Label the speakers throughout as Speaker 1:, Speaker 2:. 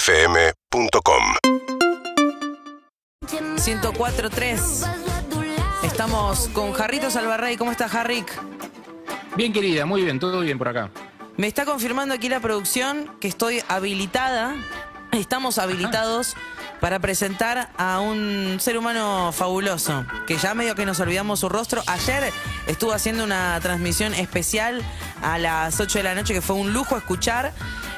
Speaker 1: UrbanaPlayFM.com
Speaker 2: 104.3. Estamos con Jarritos Albarrey. ¿Cómo estás, Jarric?
Speaker 3: Bien, querida, muy bien, todo bien por acá.
Speaker 2: Me está confirmando aquí la producción que estoy habilitada. Estamos habilitados para presentar a un ser humano fabuloso, que ya medio que nos olvidamos su rostro. Ayer estuvo haciendo una transmisión especial a las 8 de la noche, que fue un lujo escuchar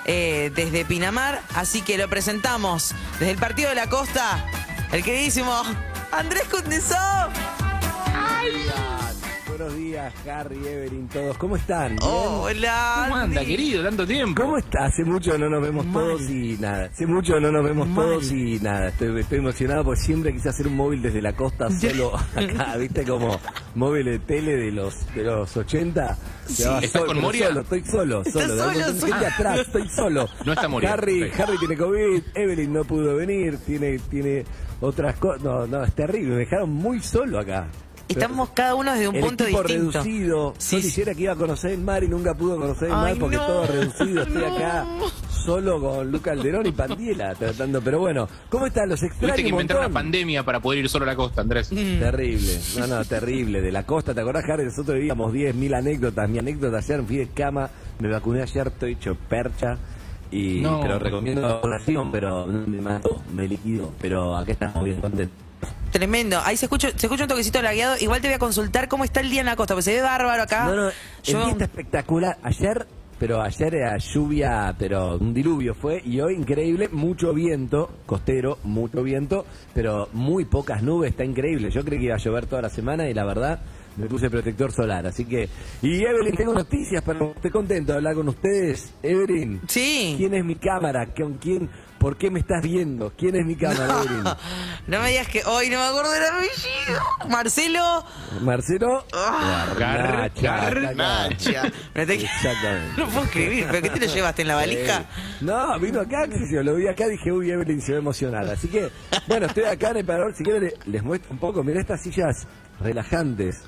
Speaker 2: eh, desde Pinamar. Así que lo presentamos desde el Partido de la Costa, el queridísimo Andrés Kutnesov.
Speaker 4: Buenos días, Harry, Evelyn, todos. ¿Cómo están?
Speaker 3: Oh.
Speaker 4: ¿Bien?
Speaker 2: Hola.
Speaker 3: ¿Cómo anda,
Speaker 2: Andy.
Speaker 3: querido? Tanto tiempo.
Speaker 4: ¿Cómo está? Hace mucho no nos vemos
Speaker 2: Mal.
Speaker 4: todos y nada. Hace mucho no nos vemos
Speaker 2: Mal.
Speaker 4: todos y nada. Estoy, estoy emocionado porque siempre quise hacer un móvil desde la costa solo acá, ¿viste? Como móvil de tele de los de los 80.
Speaker 3: Sí.
Speaker 4: Estaba
Speaker 3: ¿Estás con
Speaker 4: pero
Speaker 3: Moria?
Speaker 4: Solo, estoy solo,
Speaker 2: Estás
Speaker 4: solo.
Speaker 2: solo,
Speaker 4: Tengo
Speaker 2: solo.
Speaker 4: gente atrás, estoy solo.
Speaker 3: No está Moria.
Speaker 4: Harry,
Speaker 3: Perfecto.
Speaker 4: Harry tiene COVID, Evelyn no pudo venir, tiene tiene otras cosas. No, no, es terrible. Me dejaron muy solo acá.
Speaker 2: Estamos cada uno desde un
Speaker 4: el
Speaker 2: punto
Speaker 4: equipo
Speaker 2: distinto.
Speaker 4: reducido.
Speaker 2: Sí,
Speaker 4: Yo
Speaker 2: sí.
Speaker 4: quisiera que iba a conocer el mar y nunca pudo conocer el
Speaker 2: Ay,
Speaker 4: mar porque
Speaker 2: no.
Speaker 4: todo reducido. Estoy
Speaker 2: No.
Speaker 4: acá solo con Luca Alderón y Pandiela tratando. Pero bueno, ¿cómo están los extraños?
Speaker 3: Tuviste que inventar una
Speaker 4: montón. Mm.
Speaker 3: pandemia para poder ir solo a la costa, Andrés.
Speaker 2: Mm.
Speaker 4: Terrible, no, no, terrible. De la costa, ¿te acordás, Harry? Nosotros vivíamos 10.000 anécdotas. Mi anécdota ayer fui de cama, me vacuné ayer, estoy hecho percha. Y,
Speaker 3: No.
Speaker 4: Pero recomiendo la vacunación, pero me mató, me liquido. Pero acá estamos bien contentos.
Speaker 2: Tremendo. Ahí se escucha, se escucha un toquecito lagueado. Igual te voy a consultar cómo está el día en la costa, porque se ve bárbaro acá.
Speaker 4: No, no, el
Speaker 2: Yo-
Speaker 4: día está espectacular. Ayer, pero ayer era lluvia, pero un diluvio fue. Y hoy, increíble, mucho viento, costero, mucho viento, pero muy pocas nubes, está increíble. Yo creí que iba a llover toda la semana y la verdad me puse protector solar. Así que, y Evelyn, tengo noticias, pero estoy contento de hablar con ustedes. Evelyn,
Speaker 2: Sí.
Speaker 4: ¿quién es mi cámara? ¿Con quién? ¿Por qué me estás viendo? ¿Quién es mi cámara, Evelyn?
Speaker 2: No me digas que hoy no me acuerdo del apellido. Marcelo.
Speaker 4: Marcelo
Speaker 2: Ah,
Speaker 4: Garnacha.
Speaker 3: Garnacha.
Speaker 2: Me te-
Speaker 4: Exactamente.
Speaker 2: No puedo escribir, pero ¿qué te lo llevaste en la valija?
Speaker 4: Sí. No, vino acá, qué sé yo, lo vi acá, dije, uy, Evelyn se va a emocionar. Así que, bueno, estoy acá en el parador, si quieren le- les muestro un poco, mirá estas sillas relajantes.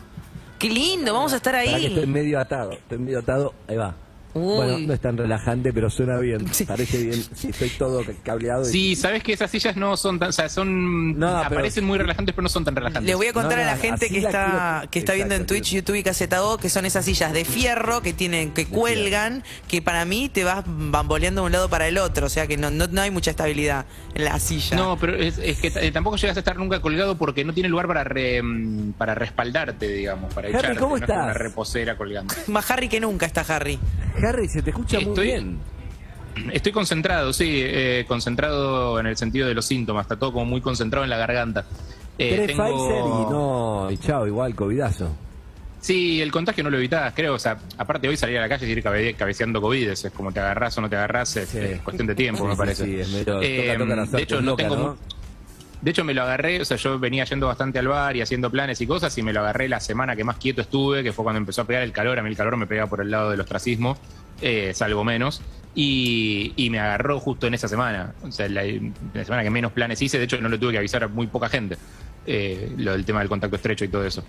Speaker 2: Qué lindo, vamos a estar
Speaker 4: Para que estoy
Speaker 2: ahí.
Speaker 4: medio atado, estoy medio atado, ahí va.
Speaker 2: Uy.
Speaker 4: Bueno, no es tan relajante, pero suena bien,
Speaker 2: Sí.
Speaker 4: parece bien, sí, estoy todo cableado. y-
Speaker 3: Sí, sabes que esas sillas no son tan. O sea, son.
Speaker 4: No, pero-
Speaker 3: aparecen muy relajantes, pero no son tan relajantes.
Speaker 2: Le voy a contar
Speaker 4: No,
Speaker 2: a la
Speaker 4: no,
Speaker 2: gente
Speaker 4: así
Speaker 2: que
Speaker 4: la
Speaker 2: está
Speaker 4: quiero-
Speaker 2: que está viendo en
Speaker 4: Exacto,
Speaker 2: Twitch, YouTube y Casetago que son esas sillas de fierro que tienen que cuelgan, que para mí te vas bamboleando de un lado para el otro, o sea que no, no, no hay mucha estabilidad en la silla.
Speaker 3: No, pero es, es que t- eh, tampoco llegas a estar nunca colgado porque no tiene lugar para re- mm, para respaldarte, digamos, para
Speaker 4: Harry,
Speaker 3: echarte.
Speaker 4: ¿cómo
Speaker 3: no es como
Speaker 4: estás?
Speaker 3: una reposera colgando.
Speaker 2: Más Harry que nunca está Harry.
Speaker 4: Harry, se te escucha muy
Speaker 3: Estoy-
Speaker 4: bien.
Speaker 3: Estoy concentrado, sí, eh, concentrado en el sentido de los síntomas. Está todo como muy concentrado en la garganta. Eh,
Speaker 4: Tres
Speaker 3: tengo-
Speaker 4: Pfizer y no, y chao, igual, covidazo.
Speaker 3: Sí, el contagio no lo evitás, creo. O sea, aparte hoy salir a la calle y ir cabe- cabeceando COVID, es como te agarrás o no te agarrás, es,
Speaker 4: Sí.
Speaker 3: es cuestión de tiempo,
Speaker 4: Sí,
Speaker 3: me
Speaker 4: sí,
Speaker 3: parece.
Speaker 4: sí, es medio- toca-
Speaker 3: Eh,
Speaker 4: toca las
Speaker 3: de hecho,
Speaker 4: artes
Speaker 3: no
Speaker 4: locas,
Speaker 3: tengo...
Speaker 4: ¿no?
Speaker 3: De hecho, me lo agarré, o sea, yo venía yendo bastante al bar y haciendo planes y cosas, y me lo agarré la semana que más quieto estuve, que fue cuando empezó a pegar el calor. A mí el calor me pega por el lado del ostracismo, eh, salvo menos. Y, y me agarró justo en esa semana, o sea, la, la semana que menos planes hice. De hecho, no lo tuve que avisar a muy poca gente, eh, lo del tema del contacto estrecho y todo eso.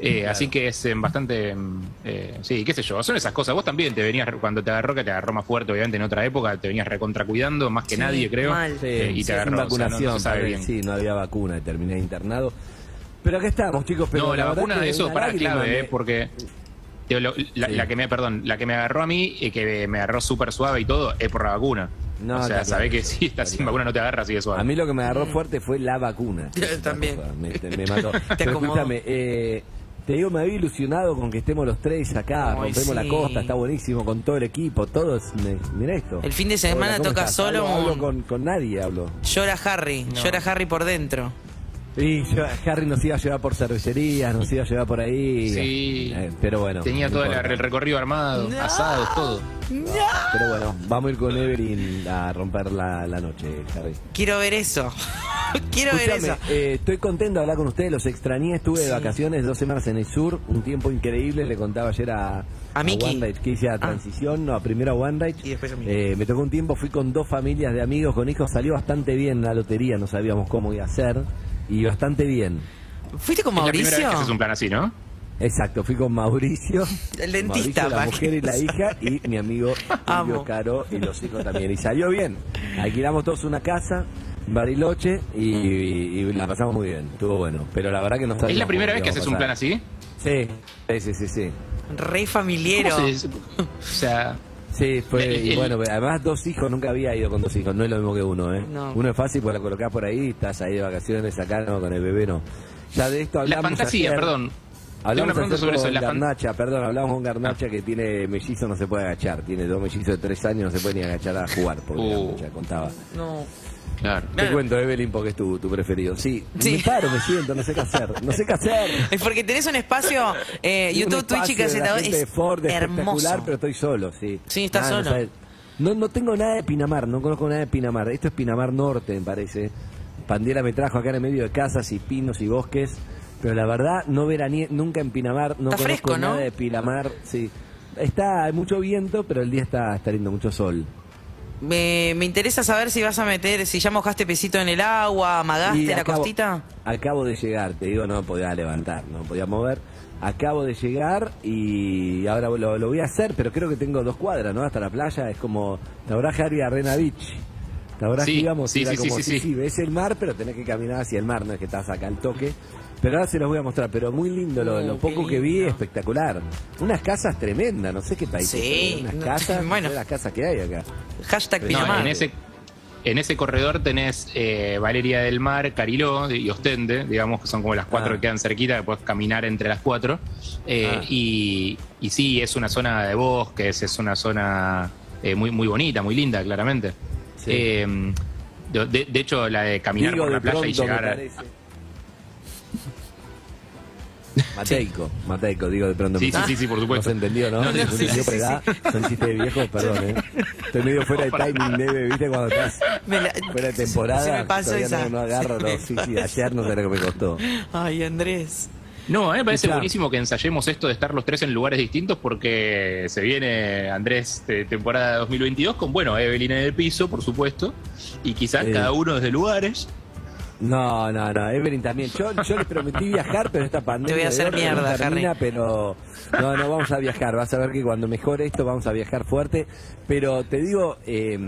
Speaker 3: Eh,
Speaker 4: Claro.
Speaker 3: Así que es em, bastante. em, eh, sí, qué sé yo, son esas cosas. Vos también te venías, cuando te agarró, que te agarró más fuerte, obviamente, en otra época, te venías recontracuidando, más que
Speaker 2: Sí,
Speaker 3: nadie, creo.
Speaker 2: mal. Sí,
Speaker 3: eh, y te
Speaker 4: sin
Speaker 3: agarró. o sea, no- no se
Speaker 4: vacunación,
Speaker 3: sabe
Speaker 4: también,
Speaker 3: bien.
Speaker 4: sí, no había vacuna y terminé internado. Pero acá estamos, chicos. Pero
Speaker 3: no, la,
Speaker 4: verdad
Speaker 3: vacuna
Speaker 4: que
Speaker 3: de eso
Speaker 4: una
Speaker 3: para
Speaker 4: lágrima
Speaker 3: clave,
Speaker 4: me-
Speaker 3: eh, porque digo, lo- la,
Speaker 4: Sí.
Speaker 3: la que me, perdón, la que me agarró a mí y que me agarró súper suave y todo es por la vacuna.
Speaker 4: No,
Speaker 3: o sea,
Speaker 4: está
Speaker 3: sabés que
Speaker 4: claro.
Speaker 3: si estás sin
Speaker 4: claro.
Speaker 3: vacuna no te agarras así de suave.
Speaker 4: A mí lo que me agarró fuerte fue la vacuna.
Speaker 2: Mm. Yo también.
Speaker 4: Me, te- me mató. Pero
Speaker 2: acomodó.
Speaker 4: escúchame, eh, te digo, me había ilusionado con que estemos los tres acá,
Speaker 2: Ay,
Speaker 4: rompemos la
Speaker 2: sí.
Speaker 4: costa, está buenísimo, con todo el equipo, todos. me- Mira esto.
Speaker 2: El fin de semana
Speaker 4: ¿cómo
Speaker 2: toca
Speaker 4: estás?
Speaker 2: solo
Speaker 4: Hablo, hablo
Speaker 2: un-
Speaker 4: con, con nadie, hablo.
Speaker 2: Llora Harry,
Speaker 3: No.
Speaker 2: llora Harry por dentro.
Speaker 4: Y yo- Harry nos iba a llevar por cervecerías, nos iba a llevar por ahí.
Speaker 3: Sí.
Speaker 4: Eh, pero bueno.
Speaker 3: Tenía
Speaker 4: no
Speaker 3: todo la-
Speaker 4: importa.
Speaker 3: el recorrido armado,
Speaker 2: No.
Speaker 3: asados, todo.
Speaker 4: Pero bueno, vamos a ir con Evelyn a romper la, la noche, Harry.
Speaker 2: Quiero ver eso. Quiero ver
Speaker 4: Escúchame,
Speaker 2: eso.
Speaker 4: eh, estoy contento de hablar con ustedes, los extrañé, estuve de vacaciones dos semanas en el sur, un tiempo increíble, le contaba ayer a,
Speaker 2: Miki.
Speaker 4: One Night que hice a transición, no, a primero a One Night.
Speaker 2: Ah. Y después a Miki.
Speaker 4: Eh, me tocó un tiempo, fui con dos familias de amigos, con hijos, salió bastante bien la lotería, no sabíamos cómo iba a ser, y bastante bien.
Speaker 2: ¿Fuiste con
Speaker 3: Es la primera
Speaker 2: Mauricio?
Speaker 3: vez que haces un plan así, ¿no?
Speaker 4: Exacto, fui con Mauricio.
Speaker 2: El dentista, pa'
Speaker 4: Mauricio, la mujer
Speaker 2: que
Speaker 4: y la
Speaker 2: no
Speaker 4: hija y mi amigo Julio
Speaker 2: Amo.
Speaker 4: Caro y los hijos también. Y salió bien. Alquilamos todos una casa, Bariloche y, y- y la pasamos muy bien. Estuvo bueno. Pero la verdad que no
Speaker 3: ¿Es la
Speaker 4: sabíamos
Speaker 3: primera vez
Speaker 4: cómo
Speaker 3: que haces un plan
Speaker 4: íbamos a
Speaker 3: así?
Speaker 4: pasar. Sí, sí, sí, sí. sí.
Speaker 2: Re familiero.
Speaker 3: ¿Cómo se- o sea,
Speaker 4: Sí, fue,
Speaker 3: El-
Speaker 4: y
Speaker 3: el-
Speaker 4: bueno, además dos hijos, nunca había ido con dos hijos, no es lo mismo que uno, ¿eh?
Speaker 2: No.
Speaker 4: Uno es fácil, pues la colocás por ahí, estás ahí de vacaciones, acá no, con el bebé no. Ya de esto
Speaker 3: la
Speaker 4: hablamos
Speaker 3: fantasía,
Speaker 4: ayer.
Speaker 3: perdón. Tengo
Speaker 4: Hablamos
Speaker 3: una pregunta
Speaker 4: ayer
Speaker 3: sobre eso.
Speaker 4: con
Speaker 3: La fan- Ah.
Speaker 4: Garnacha, perdón, hablamos con Garnacha que tiene mellizo, no se puede agachar, tiene dos mellizos de tres años, no se puede ni agachar a jugar, porque
Speaker 3: Uh.
Speaker 4: Garnacha contaba.
Speaker 2: No.
Speaker 3: Claro.
Speaker 4: Te cuento, Evelyn, porque es tu, tu preferido. Sí,
Speaker 2: Sí.
Speaker 4: me paro, me siento, no sé qué hacer, no sé qué hacer.
Speaker 2: Es porque tenés un espacio, eh,
Speaker 4: Tiene un
Speaker 2: YouTube, Twitch y
Speaker 4: espacio de la
Speaker 2: Cacetador,
Speaker 4: gente de
Speaker 2: es
Speaker 4: Ford, espectacular,
Speaker 2: hermoso.
Speaker 4: pero estoy solo, sí.
Speaker 2: Sí, estás
Speaker 4: Ah, no
Speaker 2: solo.
Speaker 4: sabes. No, no tengo nada de Pinamar, no conozco nada de Pinamar. Esto es Pinamar Norte, me parece. Pandiera me trajo acá en el medio de casas y pinos y bosques, pero la verdad no veraní nunca en Pinamar, no
Speaker 2: Está
Speaker 4: conozco
Speaker 2: fresco, ¿no?
Speaker 4: nada de Pinamar, sí. Está hay mucho viento, pero el día está, está lindo, mucho sol.
Speaker 2: Me, me interesa saber si vas a meter, si ya mojaste pesito en el agua, amagaste
Speaker 4: Y
Speaker 2: la
Speaker 4: acabo-
Speaker 2: costita.
Speaker 4: Acabo de llegar, te digo, no podía levantar, no podía mover. Acabo de llegar y ahora lo, lo voy a hacer, pero creo que tengo dos cuadras, ¿no? Hasta la playa, es como Tabraje Aria Rena Beach. Tabraje
Speaker 3: Sí,
Speaker 4: íbamos,
Speaker 3: sí,
Speaker 4: era
Speaker 3: sí, sí,
Speaker 4: como,
Speaker 3: sí, sí.
Speaker 4: ves el mar, pero tenés que caminar hacia el mar, no es que estás acá al toque. Pero ahora se los voy a mostrar, pero muy lindo, lo,
Speaker 2: Uh,
Speaker 4: lo
Speaker 2: qué
Speaker 4: poco que vi,
Speaker 2: lindo.
Speaker 4: espectacular. Unas casas tremendas, no sé qué país.
Speaker 2: Sí,
Speaker 4: es, pero unas
Speaker 2: no,
Speaker 4: casas, no
Speaker 2: bueno.
Speaker 4: sé las casas que hay acá.
Speaker 2: Hashtag
Speaker 4: No,
Speaker 2: Pinamar.
Speaker 3: No, en ese, en ese corredor tenés eh, Valeria del Mar, Cariló y Ostende, digamos que son como las cuatro
Speaker 4: Ah.
Speaker 3: que quedan cerquita, que puedes caminar entre las cuatro. Eh,
Speaker 4: Ah.
Speaker 3: y, y sí, es una zona de bosques, es una zona eh, muy, muy bonita, muy linda, claramente.
Speaker 4: Sí.
Speaker 3: Eh, de, de- de hecho, la de caminar
Speaker 4: Digo
Speaker 3: por la
Speaker 4: de
Speaker 3: playa
Speaker 4: pronto,
Speaker 3: y llegar
Speaker 4: me
Speaker 3: a-
Speaker 4: parece. Mateico, Mateico, digo de pronto.
Speaker 3: Sí,
Speaker 4: me
Speaker 3: sí, sí, sí, por supuesto.
Speaker 4: No se entendió, ¿no?
Speaker 3: No, no,
Speaker 4: Se
Speaker 3: sí,
Speaker 4: entendió
Speaker 2: sí,
Speaker 4: por
Speaker 2: sí,
Speaker 4: edad. Son chistes de viejos, perdón, ¿eh? Estoy medio fuera de
Speaker 3: No, para
Speaker 4: timing,
Speaker 3: nada.
Speaker 4: debe, ¿viste? Cuando estás
Speaker 2: Me la-
Speaker 4: fuera de temporada,
Speaker 2: Se me pasó
Speaker 4: todavía
Speaker 2: esa.
Speaker 4: no, no agarro.
Speaker 2: Se
Speaker 4: no,
Speaker 2: me
Speaker 4: sí, sí,
Speaker 2: pasó.
Speaker 4: ayer no sé lo que me costó.
Speaker 2: Ay, Andrés.
Speaker 3: No, a mí me parece
Speaker 4: Escuchá.
Speaker 3: buenísimo que ensayemos esto de estar los tres en lugares distintos porque se viene, Andrés, te- temporada 2022 con, bueno, Evelyn en el piso, por supuesto, y quizás
Speaker 4: Sí.
Speaker 3: cada uno desde lugares.
Speaker 4: No, no, no, Evelyn también. Yo, yo les prometí viajar, pero esta pandemia.
Speaker 2: Te voy a hacer
Speaker 4: de orden
Speaker 2: mierda,
Speaker 4: no termina, Pero no, no, vamos a viajar. Vas a ver que cuando mejore esto vamos a viajar fuerte. Pero te digo, eh,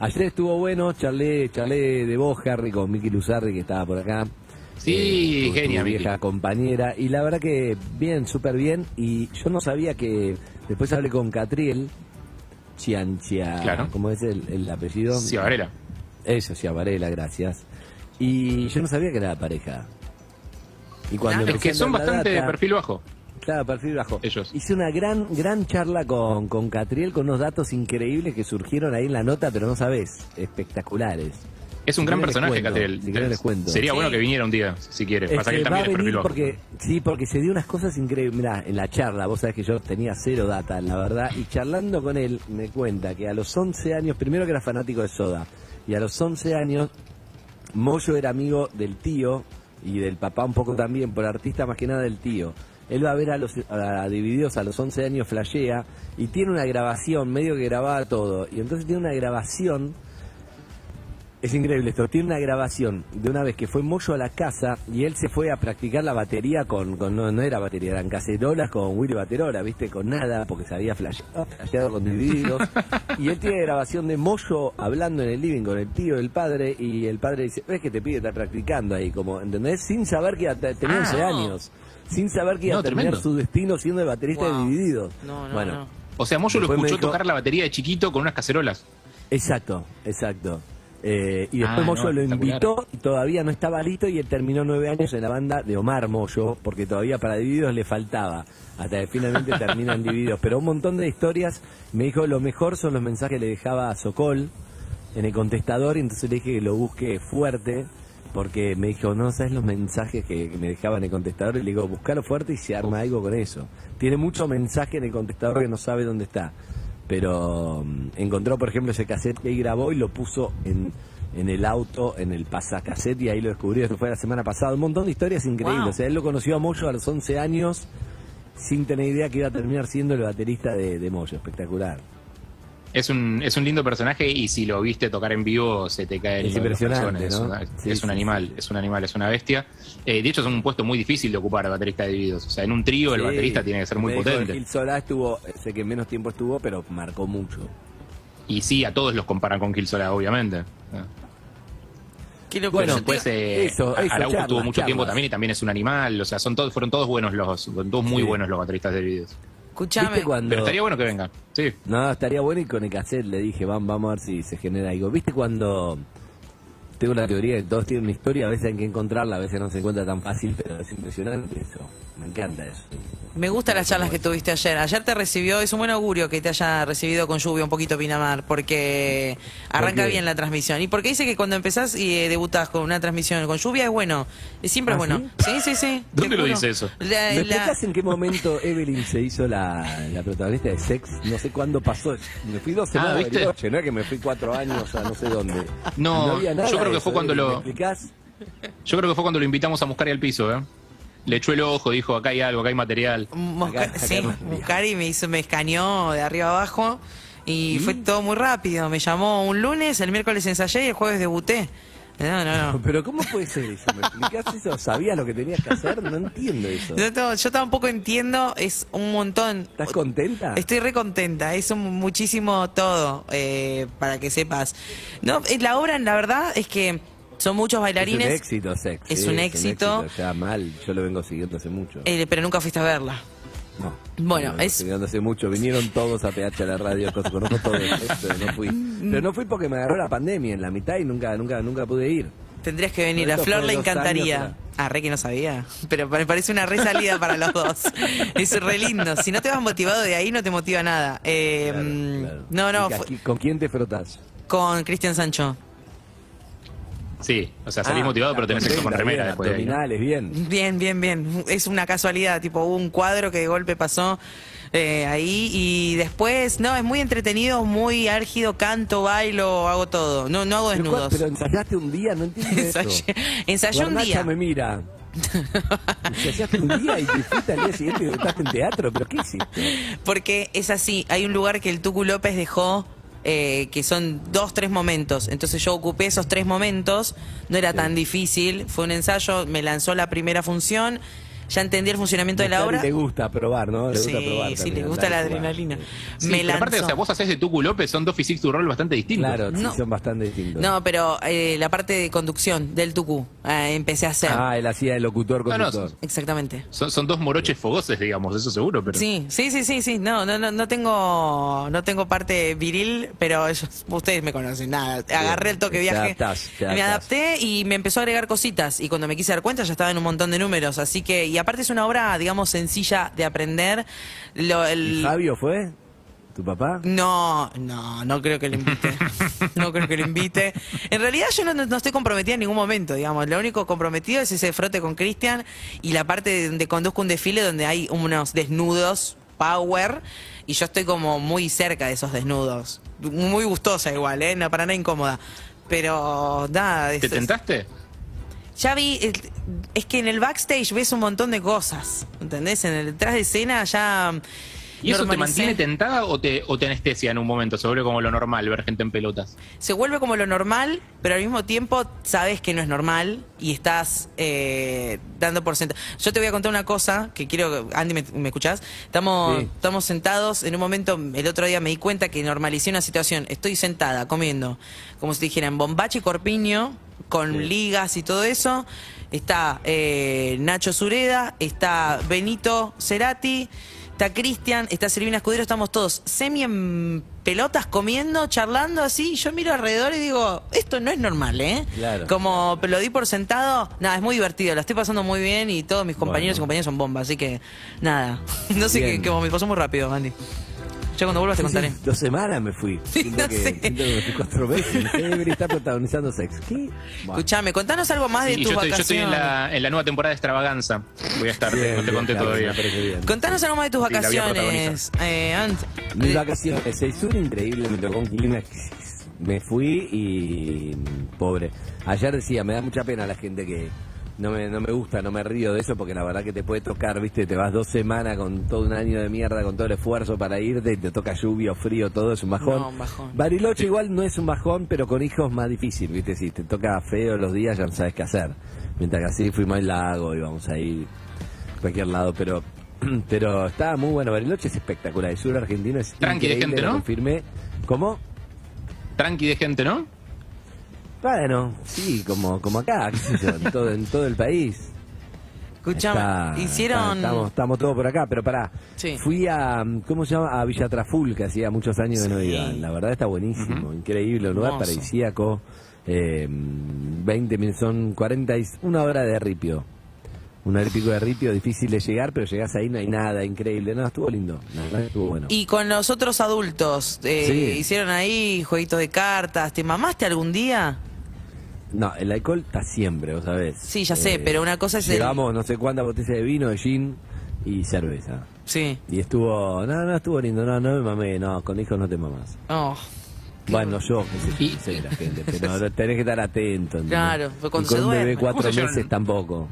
Speaker 4: ayer estuvo bueno, charlé, charlé de vos, Harry, con Miki Luzarri, que estaba por acá. Eh,
Speaker 3: Sí,
Speaker 4: tu- tu
Speaker 3: genia, Miki.
Speaker 4: vieja compañera. Y la verdad que bien, súper bien. Y yo no sabía que. Después hablé con Catriel. Chianchia,
Speaker 3: Claro.
Speaker 4: ¿cómo es el, el apellido?
Speaker 3: Sí, Varela.
Speaker 4: Eso sí, Varela, gracias. Y yo no sabía que era pareja. Y cuando
Speaker 2: Claro.
Speaker 3: Es
Speaker 4: empecé
Speaker 3: que
Speaker 4: a
Speaker 3: son
Speaker 4: andar la
Speaker 3: bastante de
Speaker 4: data-
Speaker 3: perfil bajo.
Speaker 4: Claro, perfil bajo.
Speaker 3: Ellos.
Speaker 4: Hice una gran gran charla con, con Catriel con unos datos increíbles que surgieron ahí en la nota, pero no sabés, espectaculares.
Speaker 3: Es
Speaker 4: Si
Speaker 3: un gran
Speaker 4: querés
Speaker 3: personaje,
Speaker 4: les cuento,
Speaker 3: Catriel.
Speaker 4: si querés les cuento.
Speaker 3: Sería
Speaker 2: Sí.
Speaker 3: bueno que viniera un día, si quiere. Pasa
Speaker 4: Es
Speaker 3: que
Speaker 4: que
Speaker 3: él
Speaker 4: va a
Speaker 3: también es perfil
Speaker 4: venir
Speaker 3: bajo.
Speaker 4: porque, sí, porque se dio unas cosas increíbles. Mirá, en la charla, vos sabés que yo tenía cero data, la verdad, y charlando con él me cuenta que a los 11 años, primero que era fanático de Soda, y a los 11 años, Moyo era amigo del tío y del papá un poco también, por artista más que nada del tío. Él va a ver a los a, a Divididos a los 11 años, flashea, y tiene una grabación, medio que grababa todo, y entonces tiene una grabación es increíble esto. Tiene una grabación de una vez que fue Moyo a la casa y él se fue a practicar la batería con. con- no, no era batería, eran cacerolas con Willy Baterola, ¿viste? Con nada, porque se había flasheado, flasheado con divididos. y él tiene grabación de Moyo hablando en el living con el tío del padre y el padre dice: ¿Ves que te pide estar practicando ahí? como ¿Entendés? Sin saber que iba a te- tenía
Speaker 2: Ah,
Speaker 4: 11
Speaker 2: no.
Speaker 4: años. Sin saber que iba
Speaker 3: No,
Speaker 4: a terminar
Speaker 3: tremendo.
Speaker 4: su destino siendo el baterista
Speaker 2: Wow.
Speaker 4: de divididos.
Speaker 2: No, no,
Speaker 4: bueno,
Speaker 2: no.
Speaker 3: O sea, Moyo lo
Speaker 4: Después me
Speaker 3: escuchó
Speaker 4: dijo-
Speaker 3: tocar la batería de chiquito con unas cacerolas.
Speaker 4: Exacto, exacto. Eh, y después
Speaker 3: Ah,
Speaker 4: Moyo
Speaker 3: no,
Speaker 4: lo
Speaker 3: espectacular.
Speaker 4: invitó y todavía no estaba listo y él terminó nueve años en la banda de Omar Moyo, porque todavía para Divididos le faltaba, hasta que finalmente terminan Divididos. Pero un montón de historias, me dijo, lo mejor son los mensajes que le dejaba a Sokol en el contestador y entonces le dije que lo busque fuerte. Porque me dijo, no, ¿sabes los mensajes que, que me dejaban en el contestador? Y le digo, buscalo fuerte y se arma algo con eso. Tiene mucho mensaje en el contestador que no sabe dónde está. Pero mm, encontró, por ejemplo, ese cassette que ahí grabó y lo puso en, en el auto, en el pasacassette, y ahí lo descubrió. Eso fue la semana pasada. Un montón de historias increíbles.
Speaker 2: Wow.
Speaker 4: O sea, él lo conoció a Moyo a los 11 años sin tener idea que iba a terminar siendo el baterista de, de Moyo. Espectacular.
Speaker 3: es un, es un lindo personaje y si lo viste tocar en vivo se te cae el
Speaker 4: Es
Speaker 3: hilo de los
Speaker 4: impresionante,
Speaker 3: calzones.
Speaker 4: ¿no?
Speaker 3: Es, una-
Speaker 4: Sí,
Speaker 3: es un
Speaker 4: sí,
Speaker 3: animal,
Speaker 4: sí.
Speaker 3: es un animal, es una bestia. Eh, de hecho, es un puesto muy difícil de ocupar baterista de divididos. O sea, en un trío el
Speaker 4: Sí.
Speaker 3: baterista tiene que ser muy
Speaker 4: Me dijo,
Speaker 3: potente.
Speaker 4: Gil Solá estuvo, sé que menos tiempo estuvo, pero marcó mucho.
Speaker 3: Y sí, a todos los comparan con Gil Solá, obviamente. Ah.
Speaker 2: Qué locura.
Speaker 3: Bueno,
Speaker 2: Yo te-
Speaker 3: después eh,
Speaker 4: eso,
Speaker 3: a-
Speaker 4: eso,
Speaker 3: Araujo
Speaker 4: charlas,
Speaker 3: tuvo mucho
Speaker 4: charlas.
Speaker 3: tiempo también y también es un animal. O sea, son todos, fueron todos buenos los, fueron todos muy
Speaker 4: Sí.
Speaker 3: buenos los bateristas de divididos.
Speaker 2: escuchame.
Speaker 4: ¿Viste cuando-
Speaker 3: Pero estaría bueno que vengan. Sí.
Speaker 4: No, estaría bueno y con el cassette le dije, vamos, vamos a ver si se genera algo. ¿Viste cuando tengo la teoría de que todos tienen una historia, a veces hay que encontrarla, a veces no se encuentra tan fácil, pero es impresionante eso. Me encanta eso.
Speaker 2: Me gustan las charlas que tuviste ayer. Ayer te recibió, es un buen augurio que te haya recibido con lluvia un poquito Pinamar, porque arranca
Speaker 4: qué?
Speaker 2: bien la transmisión. Y porque dice que cuando empezás y eh, debutás con una transmisión con lluvia es bueno, es siempre
Speaker 4: ¿Ah,
Speaker 2: es bueno. Sí, sí, sí. te
Speaker 3: ¿Dónde lo
Speaker 2: juro.
Speaker 3: dice eso?
Speaker 2: Eh, La-
Speaker 4: ¿Me
Speaker 2: la-
Speaker 4: explicas en qué momento Evelyn se hizo la, la protagonista de Sex? No sé cuándo pasó. Me fui dos semanas
Speaker 3: Ah,
Speaker 4: de
Speaker 3: ¿viste?
Speaker 4: Bariloche, ¿no? Que me fui cuatro años a no sé dónde.
Speaker 3: No, yo creo que
Speaker 4: de
Speaker 3: fue
Speaker 4: eso,
Speaker 3: cuando
Speaker 4: Evelyn.
Speaker 3: lo-
Speaker 4: ¿Me explicás?
Speaker 3: Yo creo que fue cuando lo invitamos a buscar al piso, ¿eh? Le echó el ojo, dijo, acá hay algo, acá hay material.
Speaker 2: Mosca-
Speaker 4: Acá- acá
Speaker 2: sí,
Speaker 4: no.
Speaker 2: Muscari me hizo, me escaneó de arriba abajo y fue todo muy rápido. Me llamó un lunes, el miércoles ensayé y el jueves debuté. No, no, no.
Speaker 4: Pero ¿cómo puede ser eso? ¿Me explicás eso? ¿Sabías lo que tenías que hacer? No entiendo eso.
Speaker 2: Yo, to- yo tampoco entiendo, es un montón.
Speaker 4: ¿Estás contenta?
Speaker 2: Estoy re contenta, es un muchísimo todo, eh, para que sepas. No, es la obra, la verdad, es que son muchos bailarines,
Speaker 4: Es un éxito, Sex.
Speaker 2: Es
Speaker 4: sí,
Speaker 2: un éxito.
Speaker 4: Ya mal, yo lo vengo siguiendo hace mucho.
Speaker 2: eh, pero nunca fuiste a verla.
Speaker 4: No.
Speaker 2: Bueno,
Speaker 4: Lo vengo
Speaker 2: es-
Speaker 4: siguiendo hace mucho. Vinieron todos a PH a la radio, cosas, conozco todo esto, pero no fui.
Speaker 2: Mm.
Speaker 4: Pero no fui porque me agarró la pandemia en la mitad y nunca, nunca, nunca pude ir.
Speaker 2: Tendrías que venir, a
Speaker 4: Esto
Speaker 2: Flor
Speaker 4: fue
Speaker 2: le
Speaker 4: dos
Speaker 2: encantaría.
Speaker 4: años
Speaker 2: Ah, re que no sabía, pero me parece una re salida para los dos. Es re lindo. Si no te vas motivado de ahí, no te motiva nada. Eh,
Speaker 4: Claro,
Speaker 2: mm,
Speaker 4: claro.
Speaker 2: No, no,
Speaker 4: ¿Y
Speaker 2: fue-
Speaker 4: aquí- ¿Con quién te frotas?
Speaker 2: con Cristian Sancho.
Speaker 3: Sí, o sea, salís
Speaker 4: Ah,
Speaker 3: motivado, pero tenés sexo con
Speaker 4: contenta,
Speaker 3: remera
Speaker 4: bien,
Speaker 3: después de ahí, ¿no?
Speaker 4: Abdominales, bien.
Speaker 2: Bien, bien, bien. Es una casualidad, tipo hubo un cuadro que de golpe pasó eh, ahí y después, no, es muy entretenido, muy álgido, canto, bailo, hago todo. No, no hago
Speaker 4: Pero, cua-
Speaker 2: desnudos.
Speaker 4: pero ensayaste un día, no entiendo eso.
Speaker 2: Ensayé- ensayé un
Speaker 4: Guarnacha
Speaker 2: día.
Speaker 4: me mira. Ensayaste un día y te fuiste al día siguiente y debutaste en teatro. ¿Pero qué hiciste?
Speaker 2: Porque es así, hay un lugar que el Tucu López dejó, eh, que son dos, tres momentos. Entonces yo ocupé esos tres momentos, no era tan difícil, fue un ensayo, me lanzó la primera función, ya entendí el funcionamiento de la
Speaker 4: Claro, y
Speaker 2: obra.
Speaker 4: te gusta probar, ¿no? Le
Speaker 2: sí,
Speaker 4: gusta probar
Speaker 2: sí,
Speaker 4: también,
Speaker 2: le gusta la
Speaker 4: andar y jugar.
Speaker 2: adrenalina.
Speaker 3: Sí,
Speaker 2: me
Speaker 3: pero aparte,
Speaker 2: lanzó.
Speaker 3: o sea, vos haces de Tucu López, son dos physiques to roll bastante distintos.
Speaker 4: Claro, sí,
Speaker 2: No.
Speaker 4: son bastante distintos.
Speaker 2: No, pero eh, la parte de conducción del tucú eh, empecé a hacer.
Speaker 4: Ah, él hacía de locutor
Speaker 3: No, no,
Speaker 4: conductor.
Speaker 2: Exactamente.
Speaker 3: Son, son dos moroches fogosos, digamos, eso seguro, pero...
Speaker 2: Sí, sí, sí, sí, sí. No, no, no, no tengo, no tengo parte viril, pero ellos- ustedes me conocen. Nada, agarré el toque
Speaker 4: te
Speaker 2: viaje,
Speaker 4: adaptás, te
Speaker 2: me
Speaker 4: adaptás.
Speaker 2: adapté y me empezó a agregar cositas. Y cuando me quise dar cuenta ya estaba en un montón de números. Así que, y aparte es una obra, digamos, sencilla de aprender. Lo- el-
Speaker 4: ¿Y Fabio fue? ¿Tu papá?
Speaker 2: No, no, no creo que lo invite. No creo que lo invite. En realidad yo no, no estoy comprometida en ningún momento, digamos. Lo único comprometido es ese frote con Cristian y la parte donde conduzco un desfile donde hay unos desnudos, power, y yo estoy como muy cerca de esos desnudos. Muy gustosa igual, ¿eh? No, para nada incómoda. Pero nada, es-
Speaker 3: ¿Te tentaste?
Speaker 2: ya vi, el- es que en el backstage ves un montón de cosas, ¿entendés? En el detrás de escena ya...
Speaker 3: ¿Y eso te
Speaker 2: normalicé.
Speaker 3: mantiene tentada o te, o te anestesia en un momento? Se vuelve como lo normal ver gente en pelotas.
Speaker 2: se vuelve como lo normal, pero al mismo tiempo sabes que no es normal y estás eh, dando por sentado. Yo te voy a contar una cosa que quiero, Andy, ¿me, me escuchás? Estamos,
Speaker 4: Sí.
Speaker 2: estamos sentados, en un momento, el otro día me di cuenta que normalicé una situación, estoy sentada comiendo, como si dijeran bombache y corpiño, con ligas y todo eso, está eh, Nacho Sureda, está Benito Cerati, Está Cristian, está Silvina Escudero, estamos todos semi en pelotas comiendo, charlando así. y Yo miro alrededor y digo, esto no es normal, ¿eh?
Speaker 4: Claro.
Speaker 2: Como lo di por sentado, nada, es muy divertido, la estoy pasando muy bien y todos mis compañeros y
Speaker 4: Bueno.
Speaker 2: compañeras son bombas, así que nada. No sé
Speaker 4: Bien.
Speaker 2: qué, qué- me pasó muy rápido, Andy. Yo cuando vuelvas te contaré.
Speaker 4: Dos semanas me fui.
Speaker 2: Sí,
Speaker 4: Siento
Speaker 2: no
Speaker 4: que,
Speaker 2: sé.
Speaker 4: siento que me fui cuatro veces. Evelyn está protagonizando sex. ¿Qué? Bueno.
Speaker 2: Escuchame, contanos algo más Ah, de
Speaker 3: y
Speaker 2: tus
Speaker 3: yo estoy, yo
Speaker 2: vacaciones.
Speaker 3: estoy en, la, en la nueva temporada de Extravaganza. Voy a estar, no
Speaker 4: Bien,
Speaker 3: te
Speaker 4: bien,
Speaker 3: conté
Speaker 4: claro,
Speaker 3: todavía.
Speaker 4: me parece bien.
Speaker 2: Contanos algo más de tus
Speaker 3: Sí, la vida
Speaker 2: vacaciones. Eh, Ant.
Speaker 4: Mis
Speaker 2: Eh,
Speaker 4: vacaciones, se hizo un increíble, me tocó un clima. Me fui y. pobre. Ayer decía, me da mucha pena la gente que No me, no me gusta, no me río de eso porque la verdad que te puede tocar, viste, te vas dos semanas con todo un año de mierda, con todo el esfuerzo para irte y te toca lluvia o frío, todo es un bajón.
Speaker 2: No, un bajón.
Speaker 4: Bariloche igual no es un bajón, pero con hijos más difícil, viste, si te toca feo los días ya no sabes qué hacer. Mientras que así fuimos al lago, íbamos ahí, cualquier lado, pero pero estaba muy bueno, Bariloche es espectacular, el sur argentino es
Speaker 3: Tranqui de
Speaker 4: increíble,
Speaker 3: gente,
Speaker 4: lo
Speaker 3: ¿no?
Speaker 4: confirmé. ¿Cómo?
Speaker 3: Tranqui de gente, ¿no?
Speaker 4: Bueno, sí, como, como acá, qué sé yo, en todo, en todo el país.
Speaker 2: Escuchame,
Speaker 4: Está- está-
Speaker 2: hicieron.
Speaker 4: estamos, estamos todos por acá, pero pará.
Speaker 2: Sí.
Speaker 4: Fui a, mm, ¿cómo se llama? A Villa Traful, que hacía muchos años que no
Speaker 2: Sí.
Speaker 4: iba. La verdad está buenísimo, increíble, un lugar
Speaker 2: Hermoso.
Speaker 4: paradisíaco. Eh, 20 minutos, son 40, y una hora de ripio. Una hora y pico de ripio, difícil de llegar, pero llegás ahí, no hay nada, increíble. No, estuvo lindo, la verdad que estuvo bueno.
Speaker 2: Y con los otros adultos, eh,
Speaker 4: Sí.
Speaker 2: hicieron ahí jueguitos de cartas. ¿Te mamaste algún día?
Speaker 4: No, el alcohol está siempre, vos sabés. Eh,
Speaker 2: Sí, ya sé, pero una cosa es el-
Speaker 4: Llevamos no sé cuántas botellas de vino, de gin y cerveza.
Speaker 2: Sí.
Speaker 4: Y estuvo, no, no, estuvo lindo, no, no me mamé, no, con hijos no te mamás.
Speaker 2: Oh.
Speaker 4: Bueno, yo, qué sé yo,
Speaker 3: Y-
Speaker 4: no sé la gente, pero no, tenés que estar atento. ¿entendés?
Speaker 2: Claro, fue cuando
Speaker 4: Y con
Speaker 2: se
Speaker 4: un
Speaker 2: duerme.
Speaker 4: bebé cuatro
Speaker 3: ¿Cómo se llaman?
Speaker 4: meses tampoco.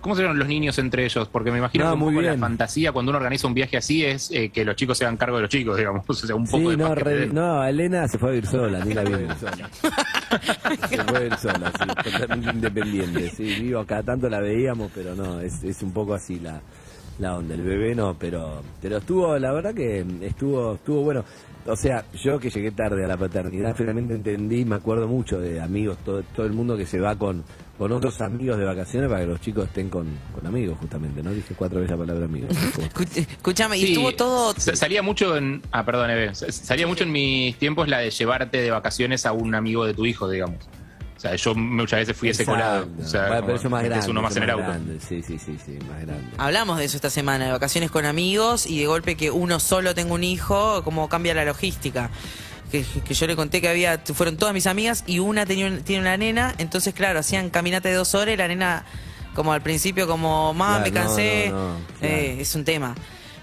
Speaker 3: ¿Cómo se llaman los niños entre ellos? Porque me imagino
Speaker 4: No,
Speaker 3: que un
Speaker 4: muy
Speaker 3: poco
Speaker 4: bien.
Speaker 3: la fantasía cuando uno organiza un viaje así es eh, que los chicos se hagan cargo de los chicos, digamos. O sea, un
Speaker 4: Sí,
Speaker 3: poco de
Speaker 4: no,
Speaker 3: paz que
Speaker 4: re-
Speaker 3: te den.
Speaker 4: no, Elena se fue a ir sola, ni la vi venir sola. Se fue a ir sola, sí, totalmente independiente. Sí, vivo acá, tanto la veíamos, pero no, es, es un poco así la, la onda. El bebé no, pero, pero estuvo, la verdad que estuvo, estuvo bueno. O sea, yo que llegué tarde a la paternidad, finalmente entendí, me acuerdo mucho de amigos, todo, todo el mundo que se va con, con otros amigos de vacaciones para que los chicos estén con, con amigos, justamente, ¿no? Dije cuatro veces la palabra amigos.
Speaker 2: Escúchame, y
Speaker 3: Sí,
Speaker 2: estuvo todo.
Speaker 3: sa- Salía mucho en. Ah, perdón, Eve. Sa- Salía mucho en mis tiempos la de llevarte de vacaciones a un amigo de tu hijo, digamos. O sea, yo muchas veces fui ese colado.
Speaker 4: Exacto.
Speaker 3: O sea,
Speaker 4: Bueno,
Speaker 3: como
Speaker 4: pero eso más
Speaker 3: metes
Speaker 4: grande.
Speaker 3: uno más
Speaker 4: eso
Speaker 3: en el auto.
Speaker 4: grande. Sí, sí, sí, sí, más grande.
Speaker 2: Hablamos de eso esta semana, de vacaciones con amigos y de golpe que uno solo tenga un hijo, cómo cambia la logística. Que, que yo le conté que había, fueron todas mis amigas y una tenía un- tiene una nena, entonces claro, hacían caminata de dos horas y la nena como al principio como, mamá,
Speaker 4: Claro,
Speaker 2: me
Speaker 4: no,
Speaker 2: cansé,
Speaker 4: no, no,
Speaker 2: Eh,
Speaker 4: claro.
Speaker 2: es un tema.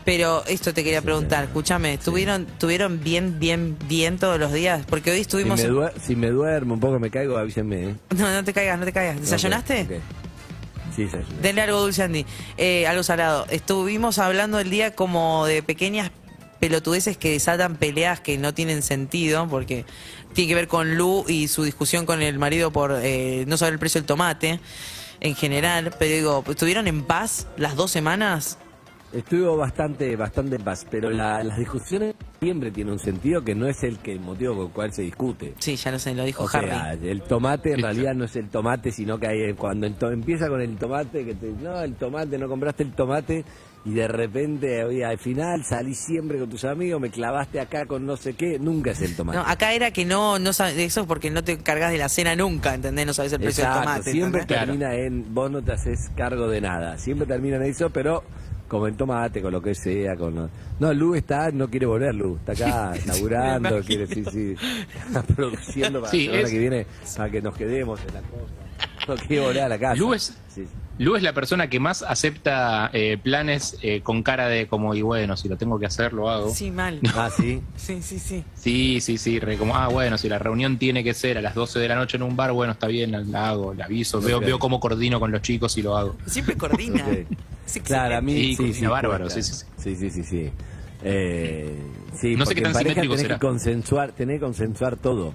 Speaker 2: Pero esto te quería
Speaker 4: un
Speaker 2: preguntar,
Speaker 4: tema.
Speaker 2: escúchame,
Speaker 4: Sí.
Speaker 2: ¿tuvieron, ¿tuvieron bien, bien, bien todos los días? Porque hoy
Speaker 4: Si
Speaker 2: estuvimos...
Speaker 4: me, duer- si me duermo un poco, me caigo, avísenme. ¿eh?
Speaker 2: No, no te caigas, no te caigas. ¿Desayunaste?
Speaker 4: Ok, ok. Sí, desayuné.
Speaker 2: Denle algo dulce, Andy. Eh, algo salado. Estuvimos hablando el día como de pequeñas pelotudeces que desatan peleas que no tienen sentido, porque tiene que ver con Lu y su discusión con el marido por eh, no saber el precio del tomate en general. Pero digo, ¿estuvieron en paz las dos semanas?
Speaker 4: Estuvo bastante, bastante en paz, pero la- las discusiones siempre tienen un sentido que no es el que el motivo con el cual se discute.
Speaker 2: Sí, ya no sé, lo dijo
Speaker 4: O
Speaker 2: Harry.
Speaker 4: sea, el tomate en realidad no es el tomate, sino que hay- eh, cuando el to- empieza con el tomate, que te no, el tomate, no compraste el tomate, y de repente, oye, al final salí siempre con tus amigos, me clavaste acá con no sé qué, nunca es el tomate.
Speaker 2: No, acá era que no, no sabes eso es porque no te cargas de la cena nunca, ¿entendés? No sabes el precio
Speaker 4: Exacto,
Speaker 2: del tomate.
Speaker 4: siempre
Speaker 2: ¿entendés?
Speaker 3: Claro.
Speaker 4: termina en, vos no te haces cargo de nada, siempre termina en eso, pero como el tomate, con lo que sea, con... lo- No, Lu está, no quiere volver, Lu, está acá laburando, quiere, sí, sí, está produciendo para
Speaker 3: Sí,
Speaker 4: la semana
Speaker 3: es-
Speaker 4: que viene, para que nos quedemos en la cosa. No quiere volver a la casa.
Speaker 3: Lu es-
Speaker 4: Sí, sí.
Speaker 3: Lu es la persona que más acepta eh, planes eh, con cara de como, y bueno, si lo tengo que hacer, lo hago.
Speaker 2: Sí, mal.
Speaker 4: Ah, sí.
Speaker 2: Sí, sí, sí.
Speaker 3: Sí, sí, sí, re como, ah, bueno, si la reunión tiene que ser a las 12 de la noche en un bar, bueno, está bien, la hago, la aviso, veo,
Speaker 4: Ok.
Speaker 3: veo cómo coordino con los chicos y lo hago.
Speaker 2: Siempre coordina.
Speaker 4: Ok.
Speaker 2: Es excelente.
Speaker 4: Claro, a mí
Speaker 3: Sí,
Speaker 4: sí, sí,
Speaker 3: cocina bárbaro,
Speaker 4: cuesta.
Speaker 3: sí, sí,
Speaker 4: sí, sí, sí, sí. Eh, sí,
Speaker 3: No sé
Speaker 4: porque
Speaker 3: qué tan
Speaker 4: en pareja
Speaker 3: simétrico
Speaker 4: tenés
Speaker 3: será.
Speaker 4: que consensuar, tenés que consensuar todo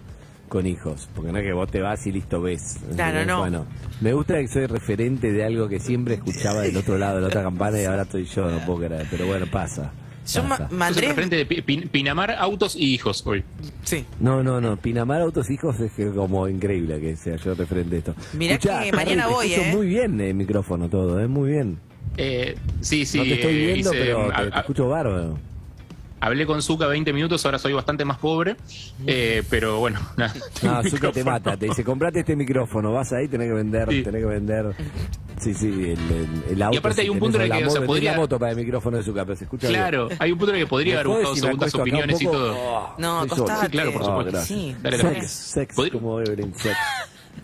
Speaker 4: con hijos, porque no es que vos te vas y listo ves.
Speaker 2: Claro, no.
Speaker 4: Bueno, me gusta que soy referente de algo que siempre escuchaba del otro lado de la otra campana y ahora estoy yo, no puedo creer, pero bueno, pasa.
Speaker 2: Yo ma-
Speaker 4: pasa.
Speaker 2: me
Speaker 3: Entonces,
Speaker 2: andré-
Speaker 3: de frente de Pi- Pin- Pinamar, autos y hijos hoy.
Speaker 2: Sí.
Speaker 4: No, no, no. Pinamar Autos Hijos es que como increíble que sea yo referente a esto.
Speaker 2: Mirá
Speaker 4: Escuchá,
Speaker 2: que mañana
Speaker 4: Harry, te
Speaker 2: voy,
Speaker 4: puso
Speaker 2: ¿eh?
Speaker 4: Muy bien el micrófono todo, ¿eh? Muy bien.
Speaker 3: Eh, sí, sí,
Speaker 4: no te estoy
Speaker 3: eh,
Speaker 4: viendo,
Speaker 3: hice-
Speaker 4: pero
Speaker 3: ha-
Speaker 4: te, te
Speaker 3: ha-
Speaker 4: escucho bárbaro.
Speaker 3: hablé con Zuka 20 minutos, ahora soy bastante más pobre, eh, pero bueno, nada.
Speaker 4: No, Ah, Zucca te mata, te dice, comprate este micrófono, vas ahí, tenés que vender,
Speaker 3: Sí.
Speaker 4: tenés que vender. Sí, sí, el, el, el auto.
Speaker 3: aparte hay
Speaker 4: si
Speaker 3: un
Speaker 4: tenés
Speaker 3: punto en el
Speaker 4: la
Speaker 3: que, o sea,
Speaker 4: moto, tenés
Speaker 3: podría-
Speaker 4: la moto para el micrófono de Zucca, pero se escucha bien.
Speaker 3: Claro, hay un punto en el que podría haber
Speaker 4: Después,
Speaker 3: buscado
Speaker 4: si me
Speaker 3: segundas
Speaker 4: acuesto acá un
Speaker 3: opiniones y
Speaker 4: poco,
Speaker 3: todo.
Speaker 4: oh,
Speaker 2: No,
Speaker 4: estoy solo.
Speaker 2: acostate.
Speaker 3: Sí, claro, por
Speaker 4: Oh,
Speaker 3: supuesto.
Speaker 4: gracias.
Speaker 2: Sí.
Speaker 3: Dale, dale.
Speaker 4: sex, sex,
Speaker 3: Podría-
Speaker 4: como Evelyn, sex.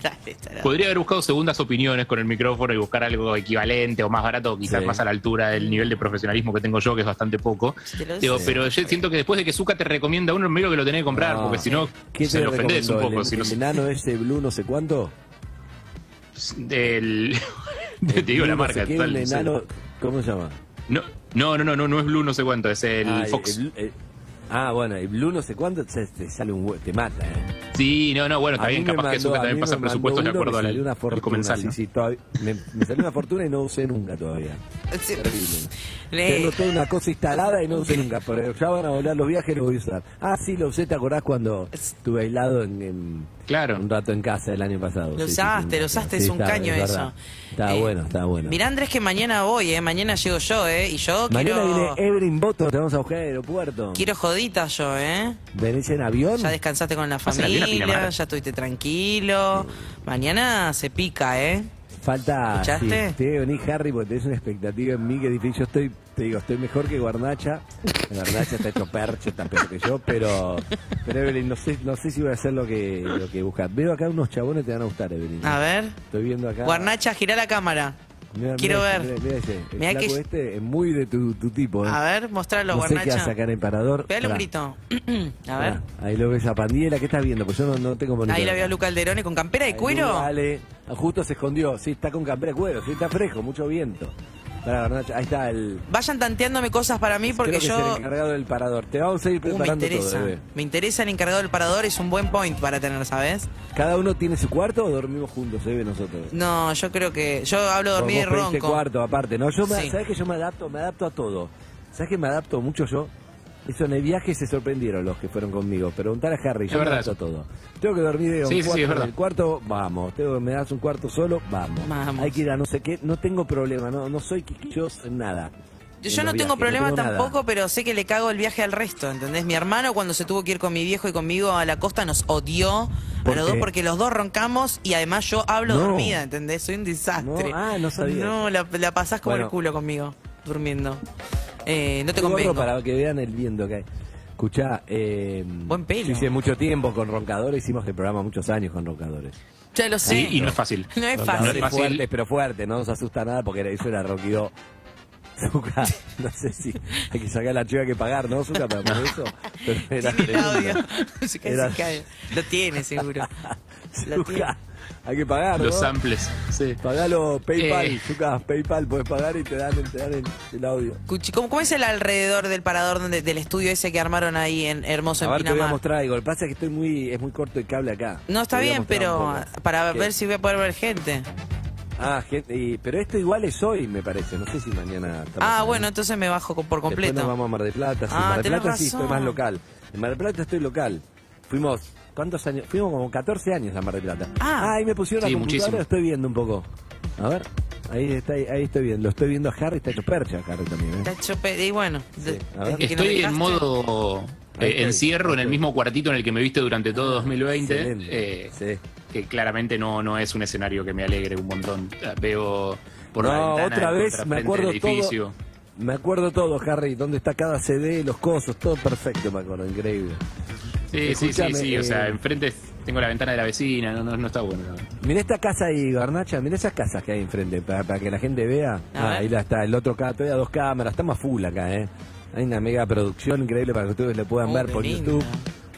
Speaker 2: Dale, tarado.
Speaker 3: Podría haber buscado segundas opiniones con el micrófono y buscar algo equivalente o más barato, o quizás
Speaker 4: Sí.
Speaker 3: más a la altura del nivel de profesionalismo que tengo yo, que es bastante poco.
Speaker 2: Te lo
Speaker 3: Digo,
Speaker 2: sé.
Speaker 3: pero yo siento que después de que Zuka te recomienda uno, primero que lo tenés que comprar,
Speaker 4: No.
Speaker 3: porque si no,
Speaker 4: ¿Qué
Speaker 3: se
Speaker 4: te
Speaker 3: lo ofendés
Speaker 4: recomendó?
Speaker 3: un poco.
Speaker 4: El,
Speaker 3: si no-
Speaker 4: el enano ese blue no sé cuánto.
Speaker 3: del. te digo la marca.
Speaker 4: que
Speaker 3: tal,
Speaker 4: un
Speaker 3: no sé.
Speaker 4: enano, ¿Cómo se llama?
Speaker 3: no, no, no, no, no, no es Blue, no sé cuánto, es el
Speaker 4: ah,
Speaker 3: Fox.
Speaker 4: el- el- ah, bueno, el Blue no sé cuánto, se- te sale un hue- te mata. eh.
Speaker 3: Sí, no, no, bueno,
Speaker 4: A
Speaker 3: está
Speaker 4: mí
Speaker 3: bien,
Speaker 4: me
Speaker 3: capaz que
Speaker 4: mandó-
Speaker 3: eso
Speaker 4: a
Speaker 3: también
Speaker 4: mí
Speaker 3: pasa
Speaker 4: me
Speaker 3: presupuesto de
Speaker 4: mandó uno
Speaker 3: acuerdo
Speaker 4: que
Speaker 3: al,
Speaker 4: salió una
Speaker 3: al
Speaker 4: fortuna,
Speaker 3: comensal.
Speaker 4: sí,
Speaker 3: ¿no?
Speaker 4: sí, todavía- me, me salió una fortuna y no usé nunca todavía.
Speaker 2: Sí.
Speaker 4: Terrible.
Speaker 2: Le-
Speaker 4: Tengo toda una cosa instalada y no usé nunca, pero ya van a volar los viajes, lo voy a usar. Ah, sí, lo usé, ¿te acordás cuando estuve aislado en, en-
Speaker 3: Claro.
Speaker 4: un rato en casa el año pasado?
Speaker 2: Lo
Speaker 4: Sí, sí, sí,
Speaker 2: usaste, lo
Speaker 4: un rato.
Speaker 2: usaste,
Speaker 4: Sí,
Speaker 2: es un
Speaker 4: está,
Speaker 2: caño
Speaker 4: es
Speaker 2: eso.
Speaker 4: verdad. Está
Speaker 2: Eh,
Speaker 4: bueno, está bueno.
Speaker 2: Mirá, Andrés, que mañana voy, ¿eh? Mañana llego yo, ¿eh? Y yo
Speaker 4: Mañana
Speaker 2: quiero.
Speaker 4: viene Evelyn Boto, te vamos a buscar al aeropuerto.
Speaker 2: Quiero joditas yo, ¿eh?
Speaker 4: ¿Venís en avión?
Speaker 2: Ya descansaste con la
Speaker 3: Vas a la luna,
Speaker 2: familia,
Speaker 3: Pinamar.
Speaker 2: ya estuviste tranquilo. Mañana se pica, ¿eh?
Speaker 4: Falta.
Speaker 2: ¿Escuchaste?
Speaker 4: sí, Tiene que venir Harry porque tenés una expectativa en mí que es difícil. Yo estoy, te digo, estoy mejor que Guarnacha. Guarnacha está hecho percho, está peor que yo, pero, pero Evelyn, no sé, no sé si voy a hacer lo que, lo que buscas. Veo acá unos chabones que te van a gustar, Evelyn.
Speaker 2: A ver.
Speaker 4: Estoy viendo acá.
Speaker 2: Guarnacha, girá la cámara.
Speaker 4: Mirá,
Speaker 2: Quiero
Speaker 4: mirá,
Speaker 2: ver.
Speaker 4: mirá, mirá ese. El
Speaker 2: Mirá que-
Speaker 4: flaco este es muy de tu, tu tipo. ¿eh?
Speaker 2: A ver, mostralo,
Speaker 4: no sé qué va a
Speaker 2: Guarnacha.
Speaker 4: sacar el parador.
Speaker 2: Pegale un
Speaker 4: Pará,
Speaker 2: grito. A ver.
Speaker 4: pará. Ahí lo ves a Pandiela. ¿Qué estás viendo? Pues yo no, no tengo monitor.
Speaker 2: Ahí la veo a Luca Alderone con campera de
Speaker 4: Ay,
Speaker 2: cuero.
Speaker 4: Dale. Ah, Justo se escondió. Sí, está con campera de cuero. Sí, está fresco, mucho viento. Pará, Garnacha, Ahí está el.
Speaker 2: Vayan tanteándome cosas para mí porque
Speaker 4: creo que es
Speaker 2: yo.
Speaker 4: el encargado del parador. Te vamos a ir
Speaker 2: Uh, me
Speaker 4: preparando
Speaker 2: interesa.
Speaker 4: todo, bebé.
Speaker 2: me interesa el encargado del parador, es un buen point para tener, ¿sabes?
Speaker 4: ¿Cada uno tiene su cuarto o dormimos juntos, bebé, nosotros?
Speaker 2: No, yo creo que. Yo hablo
Speaker 4: Vos-
Speaker 2: dormir y
Speaker 4: vos pediste
Speaker 2: ronco.
Speaker 4: cuarto, aparte. No, yo me,
Speaker 2: Sí.
Speaker 4: ¿sabés que yo me adapto? Me adapto a todo. ¿Sabes que me adapto mucho yo? Eso en el viaje se sorprendieron los que fueron conmigo. Preguntar a Harry, yo me
Speaker 3: verdad
Speaker 4: adapto a todo. Tengo que dormir de un
Speaker 3: Sí, sí, sí,
Speaker 4: cuarto
Speaker 3: es
Speaker 4: en
Speaker 3: verdad.
Speaker 4: el cuarto, vamos. Tengo que me das un cuarto solo, vamos.
Speaker 2: Vamos.
Speaker 4: Hay que ir a no sé qué, no tengo problema, no, no soy quisquilloso en nada.
Speaker 2: Yo,
Speaker 4: En
Speaker 2: no
Speaker 4: los
Speaker 2: tengo
Speaker 4: viajes,
Speaker 2: problema
Speaker 4: tengo nada.
Speaker 2: tampoco, pero sé que le cago el viaje al resto, ¿entendés? Mi hermano cuando se tuvo que ir con mi viejo y conmigo a la costa nos odió a
Speaker 4: ¿Por
Speaker 2: los
Speaker 4: qué?
Speaker 2: dos porque los dos roncamos y además yo hablo
Speaker 4: No.
Speaker 2: dormida, ¿entendés? Soy un desastre.
Speaker 4: No, ah, no sabía
Speaker 2: No, la, la pasás como
Speaker 4: Bueno.
Speaker 2: el culo conmigo, durmiendo. Eh, no te
Speaker 4: Gorro
Speaker 2: convengo.
Speaker 4: para que vean el viento que hay. Escuchá, eh,
Speaker 2: Buen pelo.
Speaker 4: yo hice mucho tiempo con Roncadores, hicimos el programa muchos años con Roncadores.
Speaker 2: Ya lo sé.
Speaker 3: Sí, y no es fácil.
Speaker 2: No es
Speaker 4: Roncadores
Speaker 2: fácil.
Speaker 3: No es fácil.
Speaker 4: fuertes, pero fuerte, no nos asusta nada porque era- eso era Rocky Do. Zucca, no sé si hay que sacar la chiva que pagar, ¿no, Zucca? Para poner eso. Pero era
Speaker 2: Tiene el audio.
Speaker 4: tremendo.
Speaker 2: Se cae,
Speaker 4: Era-
Speaker 2: se cae. Lo tiene, seguro. Lo
Speaker 4: Zucca,
Speaker 2: tiene.
Speaker 4: hay que pagar,
Speaker 3: Los
Speaker 4: ¿no?
Speaker 3: samples. Sí.
Speaker 4: Pagalo PayPal,
Speaker 3: Eh.
Speaker 4: Zucca, PayPal, puedes pagar y te dan, el- te dan el, el audio.
Speaker 2: Cuchi, ¿Cómo, cómo es el alrededor del parador donde, del estudio ese que armaron ahí en Hermoso
Speaker 4: A
Speaker 2: en
Speaker 4: ver, te voy a
Speaker 2: Pinamar?
Speaker 4: mostrar algo. Lo que pasa es que estoy muy, es muy corto el cable acá.
Speaker 2: No, está
Speaker 4: Te voy a
Speaker 2: bien,
Speaker 4: mostrar
Speaker 2: pero
Speaker 4: un poco.
Speaker 2: para
Speaker 4: ¿Qué?
Speaker 2: ver si voy a poder ver gente.
Speaker 4: Ah, gente, y- pero esto igual es hoy, me parece. No sé si mañana. estamos
Speaker 2: Ah,
Speaker 4: acá.
Speaker 2: bueno, entonces me bajo co- por
Speaker 4: Después nos
Speaker 2: completo.
Speaker 4: vamos a Mar del Plata. Sí,
Speaker 2: Ah,
Speaker 4: Mar del
Speaker 2: tenés
Speaker 4: Plata sí,
Speaker 2: razón.
Speaker 4: estoy más local. En Mar del Plata estoy local. Fuimos, ¿cuántos años? Fuimos como 14 años a Mar del Plata.
Speaker 2: Ah.
Speaker 4: ahí me pusieron
Speaker 3: Sí,
Speaker 4: la computadora,
Speaker 3: muchísimo.
Speaker 4: estoy viendo un poco. A ver, ahí, está, ahí estoy viendo. Estoy viendo a Harry, está hecho percha Harry también. ¿eh?
Speaker 2: Está hecho pe- Y bueno,
Speaker 4: Sí,
Speaker 2: de-
Speaker 4: a ver.
Speaker 2: que nos
Speaker 3: Estoy en
Speaker 2: dejaste.
Speaker 3: modo
Speaker 4: Ahí
Speaker 3: eh,
Speaker 4: estoy,
Speaker 3: encierro
Speaker 4: ahí
Speaker 3: en el
Speaker 4: estoy.
Speaker 3: mismo cuartito en el que me viste durante todo 2020,
Speaker 4: Ah, Excelente.
Speaker 3: eh,
Speaker 4: Sí.
Speaker 3: que claramente no, no es un escenario que me alegre un montón. Eh, Veo por la
Speaker 4: no,
Speaker 3: ventana
Speaker 4: otra
Speaker 3: el
Speaker 4: vez me
Speaker 3: contrafrente
Speaker 4: acuerdo
Speaker 3: del edificio.
Speaker 4: todo. Me acuerdo todo, Harry, dónde está cada CD, los cosos, todo perfecto, me acuerdo, increíble.
Speaker 3: Sí, sí, sí,
Speaker 4: Escúchame,
Speaker 3: sí. O sea,
Speaker 4: eh,
Speaker 3: enfrente tengo la ventana de la vecina, no, no, no está bueno. la verdad.
Speaker 4: Mirá esta casa ahí, Garnacha, mirá esas casas que hay enfrente, para, para que la gente vea. Ah,
Speaker 2: ver.
Speaker 4: ahí la está, el otro acá, todavía dos cámaras, está más full acá, ¿eh? Hay una mega producción increíble para que ustedes le puedan
Speaker 2: Oh,
Speaker 4: ver
Speaker 2: qué
Speaker 4: por
Speaker 2: lindo.
Speaker 4: YouTube,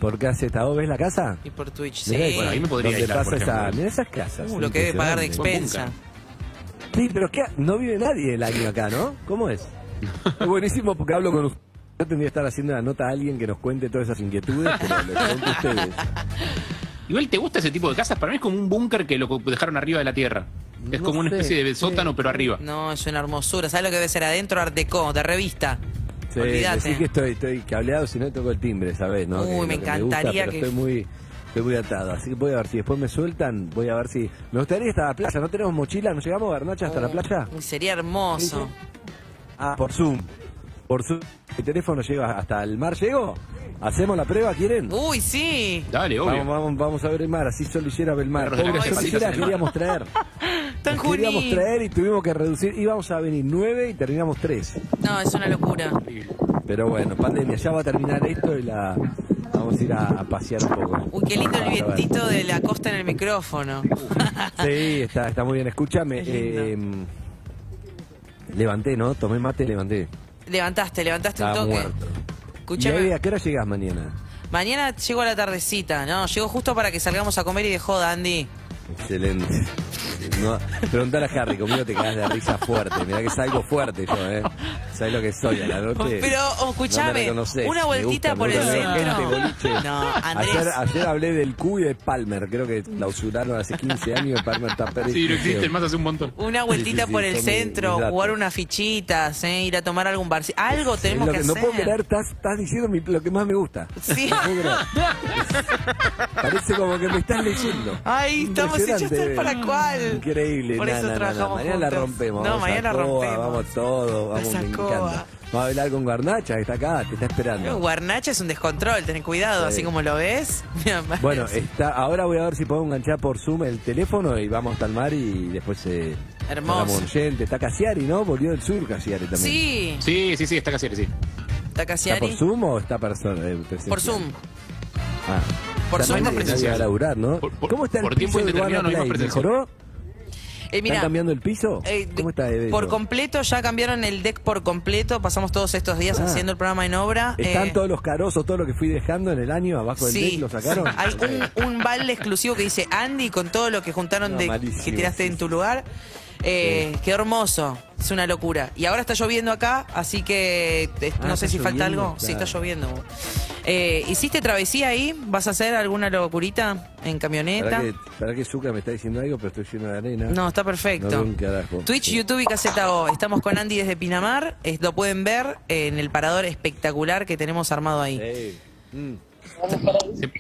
Speaker 4: por casa está. ¿Vos ves la casa?
Speaker 2: Y por Twitch,
Speaker 4: Mirá
Speaker 2: sí.
Speaker 4: esa-
Speaker 3: Bueno, ahí me podría
Speaker 4: donde
Speaker 3: aislar,
Speaker 4: pasa
Speaker 3: por
Speaker 4: esa-
Speaker 3: ejemplo.
Speaker 4: mirá esas casas.
Speaker 2: Uh, lo que debe pagar de
Speaker 4: impresionante.
Speaker 2: expensa.
Speaker 4: Sí, pero ¿qué? no vive nadie el año acá, ¿no? ¿Cómo es? Es buenísimo porque hablo con ustedes. Yo tendría que estar haciendo la nota a alguien que nos cuente todas esas inquietudes, pero les cuento a ustedes.
Speaker 3: Igual te gusta ese tipo de casas, para mí es como un búnker que lo co- dejaron arriba de la tierra. Es
Speaker 4: No
Speaker 3: como una
Speaker 4: sé,
Speaker 3: especie de sótano, pero arriba.
Speaker 2: No, es una hermosura. ¿Sabes lo que debe ser adentro? Art Deco, de revista.
Speaker 4: Sí,
Speaker 2: Olvídate.
Speaker 4: decí que estoy, estoy cableado, si no toco el timbre, ¿sabés? No?
Speaker 2: Uy,
Speaker 4: Que es lo
Speaker 2: me
Speaker 4: que
Speaker 2: encantaría
Speaker 4: gusta,
Speaker 2: que-
Speaker 4: pero Estoy muy, estoy muy atado, así que voy a ver si después me sueltan, voy a ver si... Me gustaría estar a la playa, ¿no tenemos mochila? ¿No llegamos, Garnacha, hasta la playa?
Speaker 2: Uy, Sería Uh, hermoso.
Speaker 4: Ah, por Zoom. Por Zoom. ¿El teléfono llega hasta el mar? ¿Llego? ¿Hacemos la prueba? ¿Quieren?
Speaker 2: Uy, sí.
Speaker 3: Dale, obvio.
Speaker 4: Vamos, vamos, vamos a ver el mar, así solo hiciera ver el mar.
Speaker 3: Perros de la
Speaker 4: Pobre
Speaker 3: calle,
Speaker 4: Sol
Speaker 3: patitas
Speaker 4: Hiciera
Speaker 3: en el mar.
Speaker 4: queríamos traer.
Speaker 2: Tan
Speaker 4: Nos queríamos
Speaker 2: juvenil.
Speaker 4: traer y tuvimos que reducir. Íbamos a venir nueve y terminamos tres.
Speaker 2: No, es una locura.
Speaker 4: Pero bueno, pandemia, ya va a terminar esto y la vamos a ir a, a pasear un poco.
Speaker 2: Uy, qué lindo el
Speaker 4: Vamos a ver.
Speaker 2: vientito de la costa en el micrófono.
Speaker 4: Sí, está, está muy bien. Escúchame.
Speaker 2: Qué lindo.
Speaker 4: eh, levanté, ¿no? Tomé mate, levanté.
Speaker 2: Levantaste, levantaste un
Speaker 4: Estaba
Speaker 2: toque.
Speaker 4: muerto.
Speaker 2: Escuchame.
Speaker 4: ¿Y ahí, a qué hora llegás mañana?
Speaker 2: Mañana llego a la tardecita, ¿no? Llego justo para que salgamos a comer y de joda, Andy.
Speaker 4: Excelente. No, preguntar a Harry, conmigo te quedas de risa fuerte. Mirá que salgo fuerte yo, ¿eh? Sabes lo que soy a la noche.
Speaker 2: Pero, oh,
Speaker 4: no me
Speaker 2: escuchame,
Speaker 4: reconoces.
Speaker 2: una
Speaker 4: Me
Speaker 2: vueltita
Speaker 4: gusta, me
Speaker 2: por el
Speaker 4: gusta ver gente,
Speaker 2: centro.
Speaker 4: boliche.
Speaker 2: No,
Speaker 4: Ayer,
Speaker 2: Andrés.
Speaker 4: ayer hablé del Q y de Palmer, creo que clausuraron hace 15 años y Palmer está perdido.
Speaker 3: Sí, no existen más hace un montón.
Speaker 2: Una vueltita
Speaker 4: Sí, sí, sí,
Speaker 2: por el
Speaker 4: son mis-
Speaker 2: centro,
Speaker 4: mis datos.
Speaker 2: jugar unas fichitas, ¿eh? ir a tomar algún bar. Algo tenemos
Speaker 4: Es
Speaker 2: que,
Speaker 4: lo que-
Speaker 2: hacer.
Speaker 4: No puedo creer, estás, estás diciendo mi- lo que más me gusta.
Speaker 2: Sí.
Speaker 4: No puedo creer. Parece como que me estás leyendo.
Speaker 2: Ay, estamos hechos
Speaker 4: Impresionante.
Speaker 2: tal para cual.
Speaker 4: Increíble.
Speaker 2: Por
Speaker 4: na,
Speaker 2: eso
Speaker 4: na, na, na.
Speaker 2: trabajamos
Speaker 4: Mañana la
Speaker 2: juntos.
Speaker 4: rompemos.
Speaker 2: No,
Speaker 4: vamos a
Speaker 2: mañana
Speaker 4: Coa,
Speaker 2: rompemos.
Speaker 4: Vamos todo, vamos,
Speaker 2: Vas a
Speaker 4: me
Speaker 2: Coa.
Speaker 4: encanta. Vamos a hablar con Guarnacha, que está acá, te está
Speaker 2: Eh,
Speaker 4: esperando.
Speaker 2: Guarnacha es un descontrol, ten cuidado,
Speaker 4: Sí.
Speaker 2: así como lo ves. Mira,
Speaker 4: Bueno, está, ahora voy a ver si puedo enganchar por Zoom el teléfono y vamos hasta el mar y después eh,
Speaker 2: Hermoso.
Speaker 4: hagamos un yente. Está Casiari, ¿no? Volvió del sur Casiari también.
Speaker 2: sí,
Speaker 3: Sí, sí, sí, está casi, sí.
Speaker 2: está casi
Speaker 4: ¿Está por
Speaker 2: Ari.
Speaker 4: Zoom o está persona? eh, presencial?
Speaker 2: Por Zoom.
Speaker 4: Ah.
Speaker 2: Por
Speaker 4: Está
Speaker 2: Zoom
Speaker 4: mal
Speaker 2: o
Speaker 4: de- de
Speaker 3: presencial.
Speaker 4: laburar, ¿no?
Speaker 3: Por- por-
Speaker 4: ¿Cómo está el
Speaker 3: por tiempo
Speaker 4: piso de
Speaker 3: indeterminado
Speaker 4: Urbana
Speaker 3: no vimos
Speaker 4: Play?
Speaker 3: presencial.
Speaker 4: ¿Mejoró?
Speaker 2: Eh,
Speaker 4: ¿Están
Speaker 2: mira,
Speaker 4: cambiando el piso?
Speaker 2: eh,
Speaker 4: ¿Cómo está de bello?
Speaker 2: por completo, ya cambiaron el deck por completo. Pasamos todos estos días
Speaker 4: Ah.
Speaker 2: haciendo el programa en obra.
Speaker 4: ¿Están
Speaker 2: eh,
Speaker 4: todos los carozos, todo lo que fui dejando en el año abajo del deck? ¿Lo sacaron?
Speaker 2: Hay un, un balde exclusivo que dice Andy con todo lo que juntaron
Speaker 4: No,
Speaker 2: de
Speaker 4: malísimo,
Speaker 2: que tiraste
Speaker 4: sí,
Speaker 2: en tu lugar. Eh, Qué hermoso, es una locura. Y ahora está lloviendo acá, así que eh,
Speaker 4: Ah,
Speaker 2: no sé
Speaker 4: está
Speaker 2: si falta
Speaker 4: lloviendo,
Speaker 2: algo. Sí, está
Speaker 4: claro.
Speaker 2: lloviendo. Eh, ¿Hiciste travesía ahí? ¿Vas a hacer alguna locurita en
Speaker 4: Para
Speaker 2: camioneta?
Speaker 4: que, pará que Zucca me está diciendo algo, pero estoy lleno de arena.
Speaker 2: No, está perfecto.
Speaker 4: No veo un carajo.
Speaker 2: Twitch,
Speaker 4: Sí.
Speaker 2: YouTube y KZO. Estamos con Andy desde Pinamar. Es- lo pueden ver en el parador espectacular que tenemos armado ahí.
Speaker 4: Ey. Mm.
Speaker 3: Se-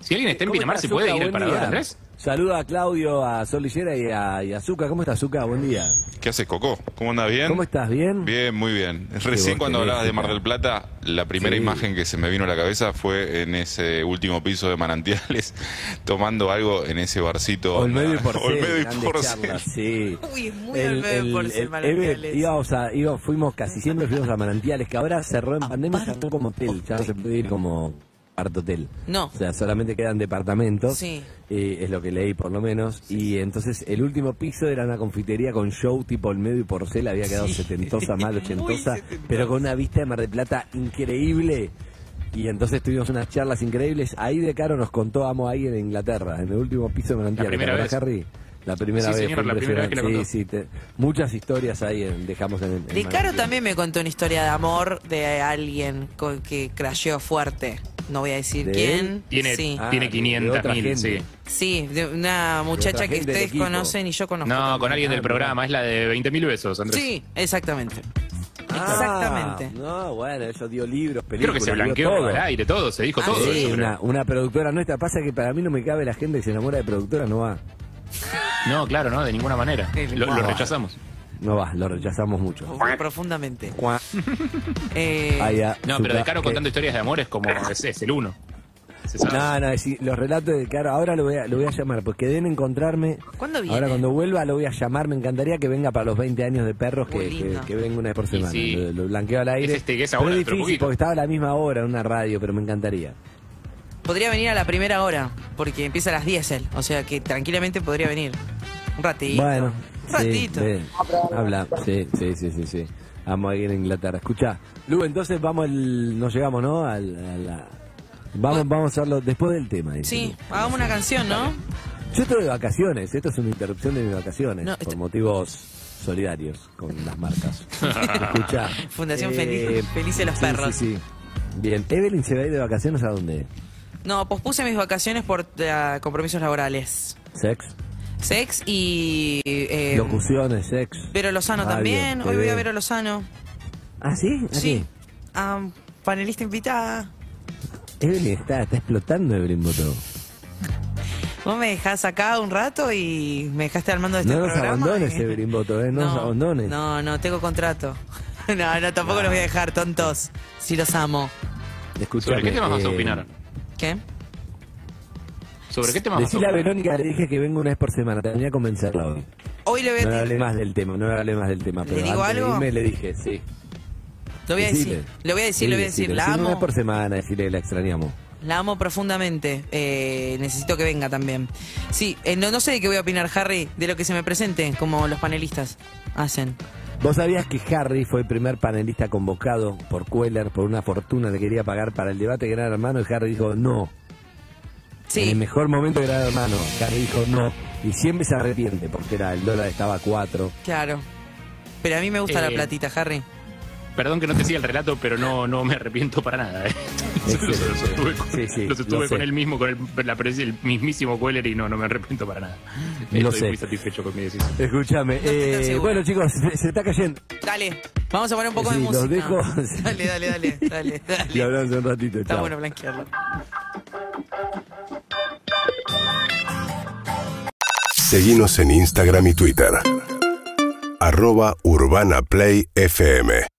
Speaker 3: Si alguien está en
Speaker 4: ¿Cómo
Speaker 3: Pinamar,
Speaker 4: está,
Speaker 3: ¿se puede
Speaker 4: Zucca?
Speaker 3: ir al
Speaker 4: Buen
Speaker 3: parador,
Speaker 4: día.
Speaker 3: Andrés?
Speaker 4: Saluda a Claudio, a Sol Lillera y a, y a Zucca. ¿Cómo estás, Zucca? Buen día.
Speaker 5: ¿Qué haces, Coco? ¿Cómo andas? ¿Bien?
Speaker 4: ¿Cómo estás? ¿Bien?
Speaker 5: Bien, muy bien.
Speaker 4: Sí,
Speaker 5: Recién
Speaker 4: vos
Speaker 5: cuando
Speaker 4: tenés,
Speaker 5: hablabas de Mar
Speaker 4: claro.
Speaker 5: del Plata, la primera
Speaker 4: Sí.
Speaker 5: imagen que se me vino a la cabeza fue en ese último piso de Manantiales, tomando algo en ese barcito.
Speaker 4: Olmedo y Porcel.
Speaker 5: Olmedo y
Speaker 4: grandes
Speaker 5: Porcel.
Speaker 4: charlas, Sí.
Speaker 2: Uy, muy Olmedo y Porcel,
Speaker 4: Eve,
Speaker 2: Manantiales.
Speaker 4: íbamos a, íbamos- fuimos casi siempre fuimos a manantiales, que ahora cerró en pandemia, cerró como hotel, ya no se puede ir como art hotel.
Speaker 2: No.
Speaker 4: O sea, solamente quedan departamentos.
Speaker 2: Sí.
Speaker 4: eh, es lo que leí por lo menos. Y entonces el último piso era una confitería con show tipo Olmedo y Porcel, había quedado setentosa, mal ochentosa, pero con una vista de Mar del Plata increíble. Y entonces tuvimos unas charlas increíbles. Ahí de Caro nos contó, amo ahí en Inglaterra, en el último piso de Manantiales.
Speaker 3: primera
Speaker 4: ¿Te acordás,
Speaker 3: vez.
Speaker 4: Harry? La primera
Speaker 3: Sí,
Speaker 4: vez.
Speaker 3: señor,
Speaker 4: fue
Speaker 3: la primera vez que la
Speaker 4: impresionante.
Speaker 3: contó.
Speaker 4: Sí, sí, te- muchas historias ahí en- dejamos en el.
Speaker 2: De Caro también me contó una historia de amor de alguien co- que crasheó fuerte. No voy a decir
Speaker 4: ¿De
Speaker 2: quién.
Speaker 4: él?
Speaker 3: Tiene-
Speaker 2: sí.
Speaker 3: Ah. tiene 500.000, sí.
Speaker 2: Sí, de una muchacha que
Speaker 4: gente del
Speaker 2: ustedes
Speaker 4: equipo.
Speaker 2: conocen y yo conozco.
Speaker 3: No,
Speaker 2: también.
Speaker 3: con alguien
Speaker 4: Ah,
Speaker 3: del programa, es la de 20.000 besos, Andrés.
Speaker 2: Sí, exactamente.
Speaker 4: Ah,
Speaker 2: Exactamente.
Speaker 4: No, bueno, eso dio libros,
Speaker 3: Creo
Speaker 4: películas.
Speaker 3: que se
Speaker 4: dio
Speaker 3: blanqueó
Speaker 4: todo.
Speaker 3: al aire, todo, se dijo
Speaker 2: Ah,
Speaker 3: todo.
Speaker 2: ¿sí?
Speaker 4: Sí,
Speaker 3: yo creo.
Speaker 4: una, una productora nuestra. Pasa que para mí no me cabe la gente que se enamora de productora, no va.
Speaker 3: No, claro, no, de ninguna manera.
Speaker 2: El-
Speaker 3: Lo, lo
Speaker 4: Wow.
Speaker 3: rechazamos.
Speaker 4: No va, lo rechazamos mucho.
Speaker 2: Profundamente.
Speaker 4: Cuá.
Speaker 2: Eh,
Speaker 4: Ahí a-
Speaker 3: No, pero de
Speaker 4: Zucca,
Speaker 3: Caro
Speaker 4: que-
Speaker 3: contando historias de amor es como, es, es el uno. Se sabe.
Speaker 4: No, no, sí, los relatos de Caro, ahora lo voy a, lo voy a llamar, pues quedé en encontrarme.
Speaker 2: ¿Cuándo viene?
Speaker 4: Ahora cuando vuelva lo voy a llamar, me encantaría que venga para los 20 años de perros, que,
Speaker 2: Muy
Speaker 4: que,
Speaker 2: lindo.
Speaker 4: que venga una vez por semana.
Speaker 3: sí.
Speaker 4: Lo, lo blanqueo al aire.
Speaker 3: Es este, que es
Speaker 4: Pero
Speaker 3: ahora,
Speaker 4: es
Speaker 3: pero
Speaker 4: difícil,
Speaker 3: poquito.
Speaker 4: porque estaba a la misma hora en una radio, pero me encantaría.
Speaker 2: podría venir a la primera hora, porque empieza a las 10 él. O sea que tranquilamente podría venir. Un ratito.
Speaker 4: Bueno,
Speaker 2: Un
Speaker 4: sí,
Speaker 2: ratito.
Speaker 4: ve, habla, sí, sí, sí, sí, sí. Vamos a ir a Inglaterra. Escucha, Lu, entonces vamos, el, nos llegamos, ¿no? Al, a la- vamos, vamos a hacerlo después del tema. dice
Speaker 2: sí,
Speaker 4: Lu.
Speaker 2: hagamos una canción, ¿no?
Speaker 4: Yo estoy de vacaciones, esto es una interrupción de mis vacaciones,
Speaker 2: No,
Speaker 4: por
Speaker 2: esto-
Speaker 4: motivos solidarios con las marcas. Escucha.
Speaker 2: Fundación Feliz- Felices los Perros.
Speaker 4: Sí, sí. Bien, Evelyn se va a ir de vacaciones a dónde?
Speaker 2: No, pospuse mis vacaciones por eh, compromisos laborales.
Speaker 4: Sex,
Speaker 2: Sex y. eh,
Speaker 4: locuciones, sex.
Speaker 2: Vero Lozano
Speaker 4: radio,
Speaker 2: también. Hoy
Speaker 4: TV.
Speaker 2: voy a Vero Lozano.
Speaker 4: ¿Ah, sí? ¿A
Speaker 2: Sí. Am, panelista invitada.
Speaker 4: qué? Evelyn está, está explotando Evelyn Botó.
Speaker 2: Vos me dejás acá un rato y me dejaste al mando de este
Speaker 4: No nos
Speaker 2: programa.
Speaker 4: abandones, Evelyn Boto, eh, no nos abandones.
Speaker 2: No, no, tengo contrato. No, no, tampoco los voy a dejar, tontos. Si los amo.
Speaker 4: Escuchame,
Speaker 3: ¿Sobre qué temas vas a
Speaker 4: eh,
Speaker 3: opinar?
Speaker 2: ¿Qué?
Speaker 3: ¿Sobre qué temas vas a
Speaker 4: Decile a
Speaker 3: opinar?
Speaker 4: Verónica, le dije que vengo una vez por semana, tenía que convencerla hoy.
Speaker 2: Hoy le voy
Speaker 4: No le
Speaker 2: a,
Speaker 4: hablé más del tema, no le hablé más del tema.
Speaker 2: ¿Le
Speaker 4: Pero
Speaker 2: digo
Speaker 4: antes de
Speaker 2: algo?
Speaker 4: irme le dije, sí.
Speaker 2: lo voy a
Speaker 4: Decile.
Speaker 2: decir. Lo voy a decir, lo
Speaker 4: Sí,
Speaker 2: voy a decir.
Speaker 4: decile,
Speaker 2: La
Speaker 4: decile Una vez
Speaker 2: amo.
Speaker 4: por semana, decirle la extrañamos.
Speaker 2: La amo profundamente. Eh, necesito que venga también. Sí, eh, no, no sé de qué voy a opinar, Harry, de lo que se me presente, como los panelistas hacen.
Speaker 4: ¿Vos sabías que Harry fue el primer panelista convocado por Queller por una fortuna que quería pagar para el debate Gran Hermano y Harry dijo no?
Speaker 2: Sí.
Speaker 4: En el mejor momento de Gran Hermano, Cari dijo no. Y siempre se arrepiente porque era el dólar estaba a 4.
Speaker 2: Claro. Pero a mí me gusta la
Speaker 3: Eh,
Speaker 2: platita, Harry.
Speaker 3: Perdón que no te siga el relato, pero no, no me arrepiento para nada. ¿eh?
Speaker 4: Excelente.
Speaker 3: Los, los sostuve con,
Speaker 4: Sí, sí,
Speaker 3: los sostuve
Speaker 4: lo sé.
Speaker 3: con él mismo, con el, la pres- el mismísimo Queller y no, no me arrepiento para nada.
Speaker 4: Lo
Speaker 3: Estoy
Speaker 4: sé.
Speaker 3: muy satisfecho con mi decisión.
Speaker 4: Escúchame.
Speaker 2: estoy tan
Speaker 4: eh,
Speaker 2: segura.
Speaker 4: bueno, chicos, se, se está cayendo.
Speaker 2: Dale. Vamos a poner un poco
Speaker 4: Sí,
Speaker 2: de
Speaker 4: los
Speaker 2: música.
Speaker 4: dejo.
Speaker 2: Dale, dale, dale, dale,
Speaker 4: Y
Speaker 2: dale.
Speaker 4: hablamos un ratito.
Speaker 2: Está
Speaker 4: chao.
Speaker 2: bueno blanquearlo.
Speaker 1: Seguinos en Instagram y Twitter. Arroba Urbana Play FM.